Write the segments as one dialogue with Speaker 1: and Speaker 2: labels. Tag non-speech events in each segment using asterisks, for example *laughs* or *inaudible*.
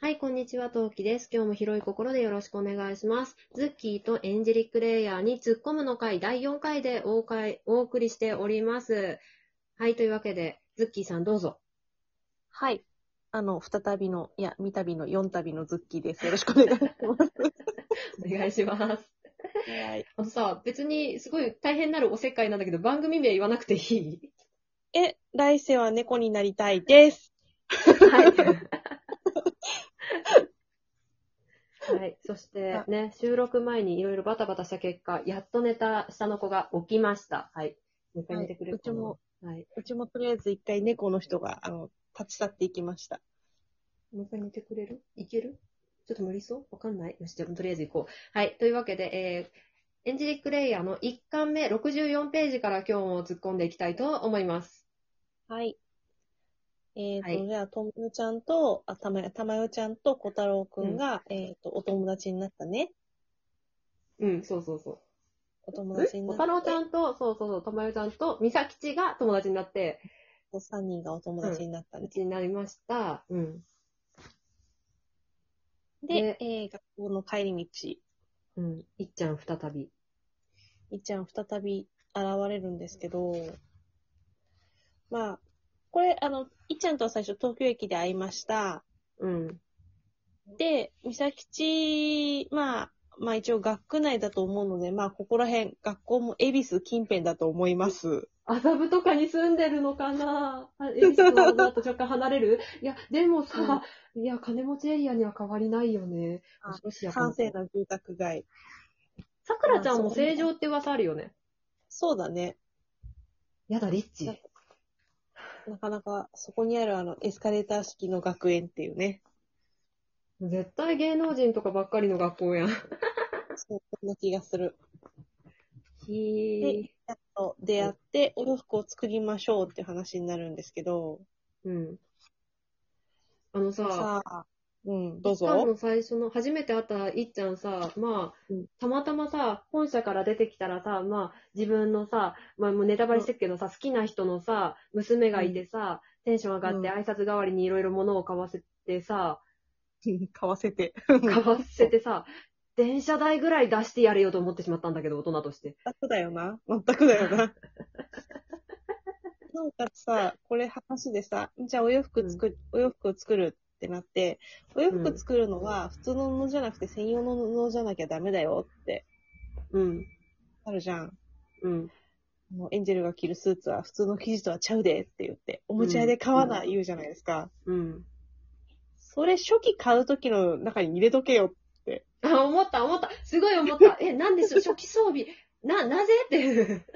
Speaker 1: はい、こんにちは、トウキです。今日も広い心でよろしくお願いします。ズッキーとエンジェリックレイヤーに突っ込むの回第4回でお送りお送りしております。はい、というわけで、ズッキーさんどうぞ。
Speaker 2: はい。あの、再びの、いや、三度の四度のズッキーです。よろしくお願いします。
Speaker 1: お願いします。
Speaker 2: はい、
Speaker 1: あのさ、別にすごい大変なるおせっかいなんだけど、番組名言わなくていい
Speaker 2: え、来世は猫になりたいです。
Speaker 1: *laughs* はい。はい。そしてね、収録前にいろいろバタバタした結果、やっと寝た下の子が起きました。はい。もう一回寝てくれる
Speaker 2: うち
Speaker 1: かな
Speaker 2: も、
Speaker 1: はい。
Speaker 2: うちもとりあえず一回猫の人が、あの、立ち去っていきました。
Speaker 1: もう一回寝てくれるいけるちょっと無理そうわかんないよし、じゃあとりあえず行こう。はい。というわけで、えー、エンジェリック・レイヤーの1巻目64ページから今日も突っ込んでいきたいと思います。
Speaker 2: はい。えっ、と、
Speaker 1: はい
Speaker 2: じゃあ、ともよちゃんと、あ、たまよ、たまよちゃんと小太郎くんが、えっ、と、お友達になったね。
Speaker 1: うん、そうそうそう。
Speaker 2: お友達に
Speaker 1: 小
Speaker 2: なった。
Speaker 1: 太郎ちゃんと、そうそうそう、とまよちゃんと、みさきちが友達になって、
Speaker 2: と三人がお友達になった
Speaker 1: う。
Speaker 2: ね
Speaker 1: ちになりました。うん。
Speaker 2: で、えー学校の帰り道、
Speaker 1: うん。いっちゃん再び。
Speaker 2: いっちゃん再び現れるんですけど、まあ、これ、あの、いっちゃんとは最初東京駅で会いました。
Speaker 1: うん。
Speaker 2: で、美咲ち、まあ、まあ一応学区内だと思うので、まあここら辺、学校も恵比寿近辺だと思います。
Speaker 1: 麻布とかに住んでるのかなあ恵比寿の女と若干離れるいや、でもさ、いや、金持ちエリアには変わりないよね。
Speaker 2: あ
Speaker 1: もしもしや
Speaker 2: 閑静な住宅街。
Speaker 1: さくらちゃんも成城って噂あるよね。
Speaker 2: そうだね。
Speaker 1: やだ、リッチ。
Speaker 2: なかなかそこにあるあのエスカレーター式の学園っていうね。
Speaker 1: 絶対芸能人とかばっかりの学校やん。
Speaker 2: そうそんな気がする。
Speaker 1: ひ
Speaker 2: と出会って、お洋服を作りましょうっていう話になるんですけど、
Speaker 1: ー。うん。あのさ、
Speaker 2: さあ、うん、どう
Speaker 1: いっちゃん
Speaker 2: ぞ。
Speaker 1: の最初の、初めて会ったいっちゃんさ、まあ
Speaker 2: うん、
Speaker 1: たまたまさ、本社から出てきたらさ、まあ、自分のさ、まあ、もうネタバレしてるけどさ、好きな人のさ、娘がいてさ、テンション上がって
Speaker 2: う
Speaker 1: 挨拶代わりにいろいろ物を買わせてさ、
Speaker 2: 買わせて。
Speaker 1: 買わせてさ、電車代ぐらい出してやれよと思ってしまったんだけど、大人として。
Speaker 2: 全くだよな。全くだ *laughs* よな。なんかさ、これ話でさ、じゃあお洋服作る、お洋服を作るってなって、お洋服作るのは普通の布じゃなくて専用の布じゃなきゃダメだよって
Speaker 1: うん。
Speaker 2: あるじゃん。
Speaker 1: うん。
Speaker 2: もうエンジェルが着るスーツは普通の生地とはちゃうでって言って、お持ち合いで買わない言うじゃないですか。
Speaker 1: うん。
Speaker 2: それ初期買う時の中に入れとけよ
Speaker 1: あ、思った、思った。すごい思った。え、なんでしょ、 *laughs* 初期装備。な、なぜって。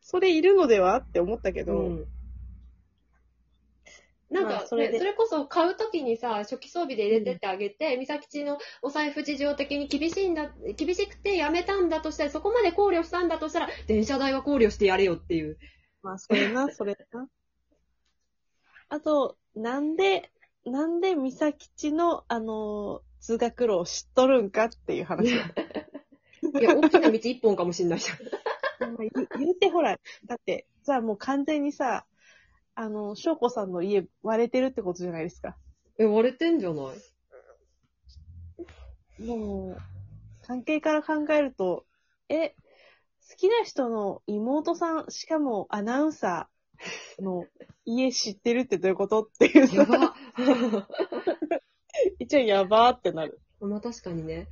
Speaker 2: それいるのではって思ったけど、
Speaker 1: うんなんか、
Speaker 2: まあ
Speaker 1: そ
Speaker 2: そ
Speaker 1: れ
Speaker 2: れで
Speaker 1: それこそ買うときにさ、初期装備で入れてってあげて、美咲ちのお財布事情的に厳しいんだ、厳しくてやめたんだとしたら、そこまで考慮したんだとしたら、電車代は考慮してやれよっていう。
Speaker 2: まあ、それな、それな。あと、なんで、なんで美咲ちの、あのー通学路を知っとるんかっていう
Speaker 1: い
Speaker 2: 話。
Speaker 1: や、いや大きな道一本かもしんないじゃん。
Speaker 2: まあ言う言うてほら、だって、じゃあもう完全にさ、あの、翔子さんの家割れてるってことじゃないですか。
Speaker 1: え、割れてんじゃない
Speaker 2: もう、関係から考えると、え、好きな人の妹さん、しかもアナウンサーの家知ってるってどういうことっていう
Speaker 1: や
Speaker 2: さ、
Speaker 1: ば。
Speaker 2: *laughs* 一応やばーってなる。
Speaker 1: まあ確かにね。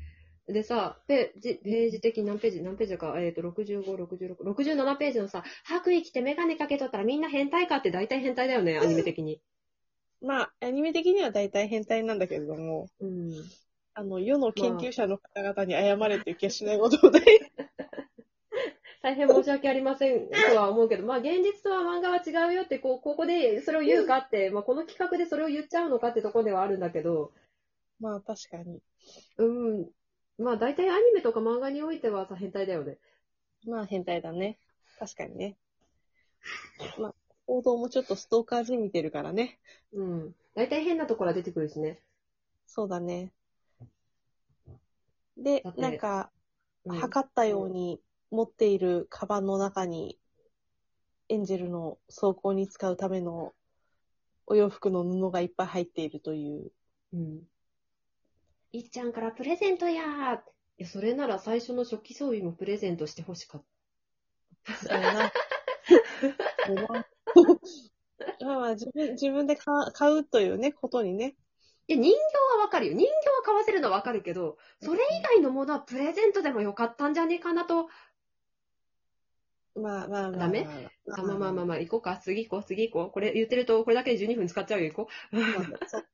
Speaker 1: でさ、ページ、ページ的に何ページ、何ページだか、えっ、と、65、66、67ページのさ、白衣着てメガネかけとったらみんな変態かって大体変態だよね、アニメ的に。
Speaker 2: まあ、アニメ的には大体変態なんだけれども、
Speaker 1: うん。
Speaker 2: あの、世の研究者の方々に謝れっていう気はしないことで、
Speaker 1: 大変申し訳ありませんとは思うけ *laughs* ど、まあ現実とは漫画は違うよって、こう、ここでそれを言うかって、まあこの企画でそれを言っちゃうのかってとこではあるんだけど、
Speaker 2: *laughs* まあ、確かに。
Speaker 1: うん。まあ大体アニメとか漫画においてはさ、変態だよね。
Speaker 2: まあ、変態だね。確かにね。まあ、報道もちょっとストーカーじみてるからね。
Speaker 1: うん。大体変なところは出てくるしね。
Speaker 2: そうだね。で
Speaker 1: だっ、て
Speaker 2: なんか、
Speaker 1: うん
Speaker 2: 測ったように持っているカバンの中に、エンジェルの走行に使うためのお洋服の布がいっぱい入っているという。
Speaker 1: うん。いっちゃんからプレゼントやーっていや、それなら最初の初期装備もプレゼントしてほしかった。
Speaker 2: そう *laughs* な。そうなまあまあ、自分、自分で買う買うというね、ことにね。
Speaker 1: いや、人形はわかるよ。人形は買わせるのはわかるけど、それ以外のものはプレゼントでもよかったんじゃねえかなと。
Speaker 2: まあまあまあまあ。
Speaker 1: ダメあ、まあまあまあまあ、行こうか。次行こう、次行こう。これ言ってると、これだけで12分使っちゃうよ、行こ
Speaker 2: そう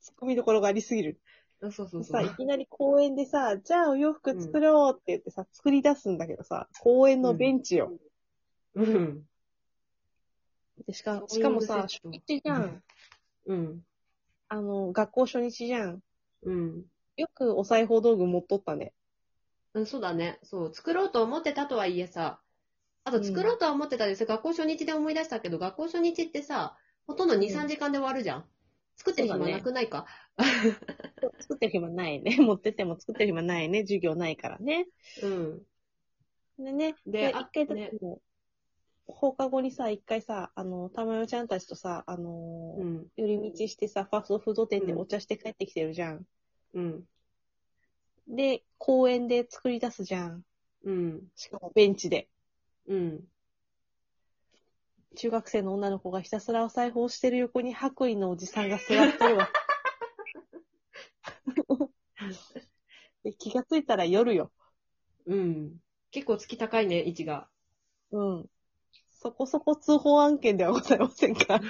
Speaker 2: ツッコミどころがありすぎる。
Speaker 1: う。あそうそうそ。
Speaker 2: さ、いうきなり公園でさ、じゃあお洋服作ろうって言ってさ、作り出すんだけどさ、公園のベンチを。
Speaker 1: うん。
Speaker 2: でしか
Speaker 1: そういう
Speaker 2: しかもさ、
Speaker 1: セ
Speaker 2: 初
Speaker 1: ット
Speaker 2: 日じゃん。
Speaker 1: うん。
Speaker 2: あの、学校初日じゃん。
Speaker 1: うん。
Speaker 2: よくお裁縫道具持っとったね。
Speaker 1: うん、そうだね。そう。作ろうと思ってたとはいえさ、あと作ろうとは思ってたです、学校初日で思い出したけど、学校初日ってさ、ほとんど2、
Speaker 2: うん
Speaker 1: 3時間で終わるじゃん。作ってる
Speaker 2: そう
Speaker 1: 暇
Speaker 2: だね
Speaker 1: なくないか
Speaker 2: 作ってる暇ないね。持ってっても作ってる暇ないね。授業ないからね。
Speaker 1: う,、
Speaker 2: でね、
Speaker 1: で
Speaker 2: で、
Speaker 1: あ
Speaker 2: 一回だ
Speaker 1: ね
Speaker 2: けも、放課後にさ、一回さ、あの、たまよちゃんたちとさ、あの
Speaker 1: ん。うん。
Speaker 2: 寄り道してさ、ファーストフード店で
Speaker 1: うん
Speaker 2: お茶して帰ってきてるじゃん。
Speaker 1: うん。
Speaker 2: で、公園で作り出すじゃん。
Speaker 1: うん。
Speaker 2: しかもベンチで。
Speaker 1: うん。
Speaker 2: 中学生の女の子がひたすらお裁縫してる横に白衣のおじさんが座ってるわ。
Speaker 1: *laughs*
Speaker 2: で気がついたら夜よ。
Speaker 1: うん。結構月高いね、位置が。
Speaker 2: うん。そこそこ通報案件ではございませんか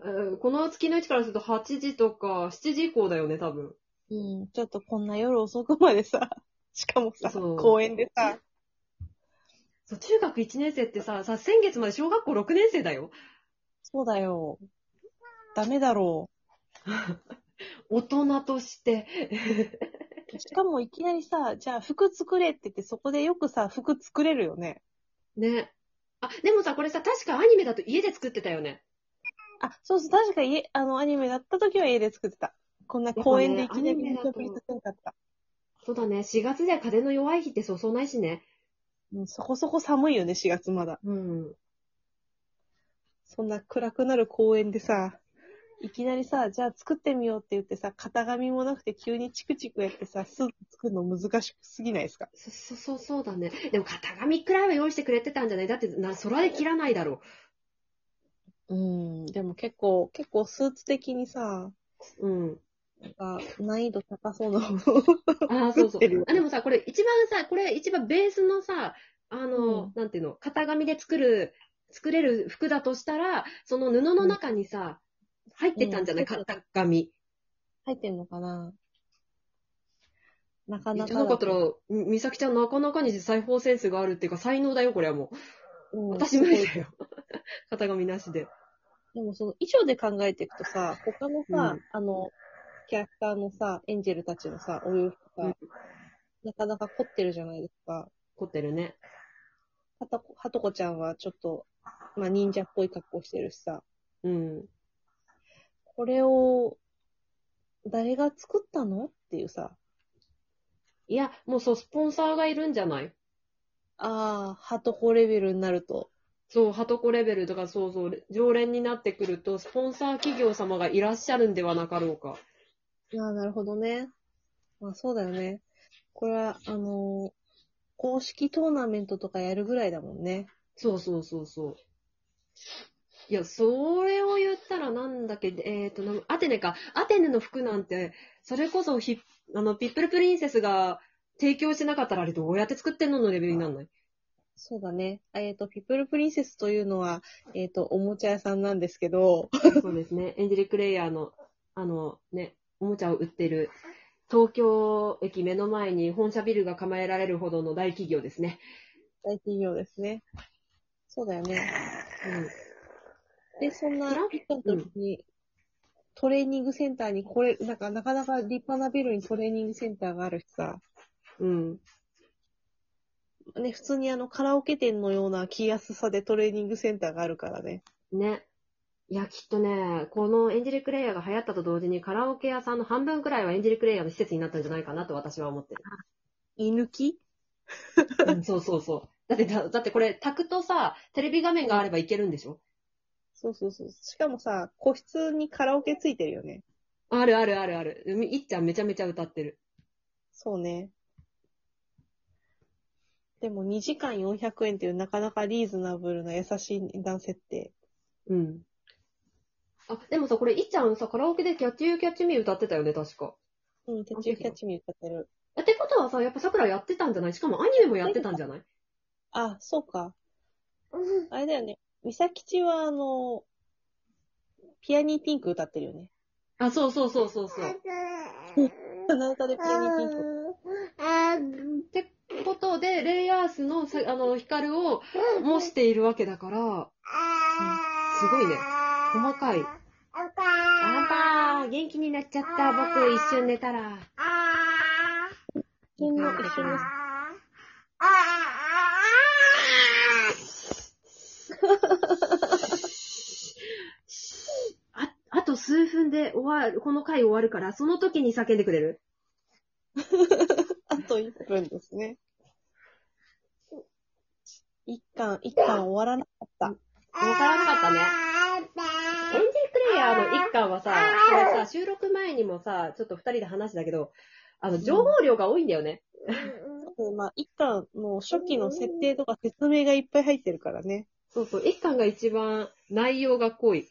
Speaker 1: うんこの月の位置からすると8時とか7時以降だよね、多分。
Speaker 2: うん。ちょっとこんな夜 *laughs* 遅くまでさ、しかもさ、
Speaker 1: そう
Speaker 2: 公園でさ、
Speaker 1: そう、中学1年生ってさ、さ、先月まで小学校6年生だよ。
Speaker 2: そうだよ。ダメだろ
Speaker 1: 大人として。 *laughs*
Speaker 2: う。しかもいきなりさ、じゃあ服作れって言ってそこでよくさ、服作れるよね。
Speaker 1: ね。あ、でもさ、これさ、確かアニメだと家で作ってたよね。
Speaker 2: あ、そうそう、確か家、あの、アニメだった時は家で作ってた。こんな公園でいきなり
Speaker 1: やっぱねアニメだと
Speaker 2: 作ってなかった。
Speaker 1: そうだね。4月では風の弱い日ってそうそうないしね。
Speaker 2: うん、そこそこ寒いよね、4月まだ。
Speaker 1: うん。
Speaker 2: そんな暗くなる公園でさ、いきなりさ、じゃあ作ってみようって言ってさ、型紙もなくて急にチクチクやってさ、スーツ作るの難しすぎないですか
Speaker 1: そ、そ、そう、そうだね。でも型紙くらいは用意してくれてたんじゃないだって、な、空で切らないだろ
Speaker 2: うん、でも結構、結構スーツ的にさ、
Speaker 1: う。うん。
Speaker 2: なんか難易度高そうな *laughs* も
Speaker 1: ああ、
Speaker 2: 作
Speaker 1: そ
Speaker 2: っ
Speaker 1: うそう
Speaker 2: てるよ。
Speaker 1: あ、でもさ、これ一番さ、これ一番ベースのさ、あの、
Speaker 2: うん
Speaker 1: なんていうの、型紙で作る、作れる服だとしたら、その布の中にさ、入ってたんじゃない、
Speaker 2: うん入って
Speaker 1: 型紙。
Speaker 2: 入ってんのかななか
Speaker 1: じ
Speaker 2: な
Speaker 1: ゃ
Speaker 2: か
Speaker 1: なかった
Speaker 2: だ
Speaker 1: ら、みみさきちゃんなかなかに裁縫センスがあるっていうか、才能だよ、これはも
Speaker 2: うん
Speaker 1: う。私無理だ *laughs* よ。型紙なしで。
Speaker 2: でもその衣装で考えていくとさ、他のさ、
Speaker 1: うん
Speaker 2: あの、キャラクターのさ、エンジェルたちのさ、お洋服さ、
Speaker 1: うん
Speaker 2: なかなか凝ってるじゃないですか。
Speaker 1: 凝ってるね。
Speaker 2: はたこ、はとこちゃんはちょっと、まあ忍者っぽい格好してるしさ、
Speaker 1: うん。
Speaker 2: これを、誰が作ったのっていうさ、
Speaker 1: いや、もうそう、スポンサーがいるんじゃない
Speaker 2: ああ、はとこレベルになると、
Speaker 1: そう、ハトコレベルとか、そうそう、常連になってくると、スポンサー企業様がいらっしゃるんではなかろうか。
Speaker 2: ああ、なるほどね。まあそうだよね。これは、あのー公式トーナメントとかやるぐらいだもんね。
Speaker 1: そうそうそうそう。いや、それを言ったらなんだっけ、えっ、と、なアテネか。アテネの服なんて、それこそひ、あの、ピップルプリンセスが提供してなかったらあれどうやって作ってんののレベルになんない
Speaker 2: そうだね。えっ、と、ピプルプリンセスというのは、えっ、と、おもちゃ屋さんなんですけど、
Speaker 1: そうですね。エンジェリック・レイヤーの、あのね、おもちゃを売ってる、東京駅目の前に本社ビルが構えられるほどの大企業ですね。
Speaker 2: 大企業ですね。そうだよね。で、そんな、
Speaker 1: いや
Speaker 2: ピッの時に、トレーニングセンターにこれ、なんか、なかなか立派なビルにトレーニングセンターがあるしさ、
Speaker 1: うん。うん。
Speaker 2: ね、普通にあの、カラオケ店のような着やすさでトレーニングセンターがあるからね。
Speaker 1: ね。いや、きっとね、このエンジェリックレイヤーが流行ったと同時に、カラオケ屋さんの半分くらいはエンジェリックレイヤーの施設になったんじゃないかなと私は思ってる。
Speaker 2: 居抜き
Speaker 1: うん、そうそうそう。だって、だだってこれ、タクとさ、テレビ画面があればいけるんでしょ
Speaker 2: そうそうそう。しかもさ、個室にカラオケついてるよね。
Speaker 1: あるあるあるある。みいっちゃんめちゃめちゃ歌ってる。
Speaker 2: そうね。でも2時間400円っていうなかなかリーズナブルな優しい値段設定。
Speaker 1: うん。あ、でもさ、これ、いっちゃんさ、カラオケでキャッチユーキャッチミー歌ってたよね、確か。
Speaker 2: うん、キャッチキャッチミー歌ってる。
Speaker 1: えってことはさ、やっぱさくらやってたんじゃないしかもアニメもやってたんじゃない
Speaker 2: あ、そうか。あれだよね。ミサキチはあの、ピアニーピンク歌ってるよね。
Speaker 1: あ、そうそうそうそうそう。
Speaker 2: 鼻歌でピアニーピンク。
Speaker 1: ってことで、レイアースのさあの光を模しているわけだから、すごいね。細かい。あら、元気になっちゃった。僕、一瞬寝たら。
Speaker 2: 一瞬の一瞬です。
Speaker 1: あ、あと数分で終わる、この回終わるから、その時に叫んでくれる
Speaker 2: あと1分ですね。一巻、一巻終わらなかった。
Speaker 1: わからなかったね。エンジェルクレイヤーの一巻はさ、これさ、収録前にもさ、ちょっと二人で話したけど、あの、情報量が多いんだよね。
Speaker 2: まあ、一巻、もう初期の設定とか説明がいっぱい入ってるからね。
Speaker 1: そうそう、一巻が一番内容が濃い。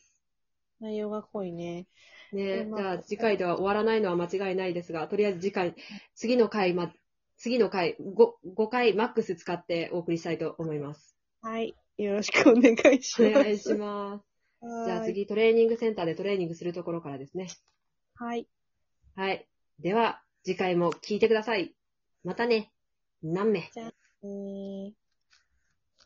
Speaker 2: 内容が濃いね。
Speaker 1: ね、
Speaker 2: まあ
Speaker 1: じゃあ次回では終わらないのは間違いないですが、とりあえず次回、次の回、ま、次の回、5、5回マックス使ってお送りしたいと思います。
Speaker 2: はい。よろしくお願いし
Speaker 1: お
Speaker 2: ます。
Speaker 1: 願いします。じゃあ
Speaker 2: *laughs* はい。
Speaker 1: 次、トレーニングセンターでトレーニングするところからですね。
Speaker 2: はい。
Speaker 1: はい。では、次回も聞いてください。またね。何名
Speaker 2: えー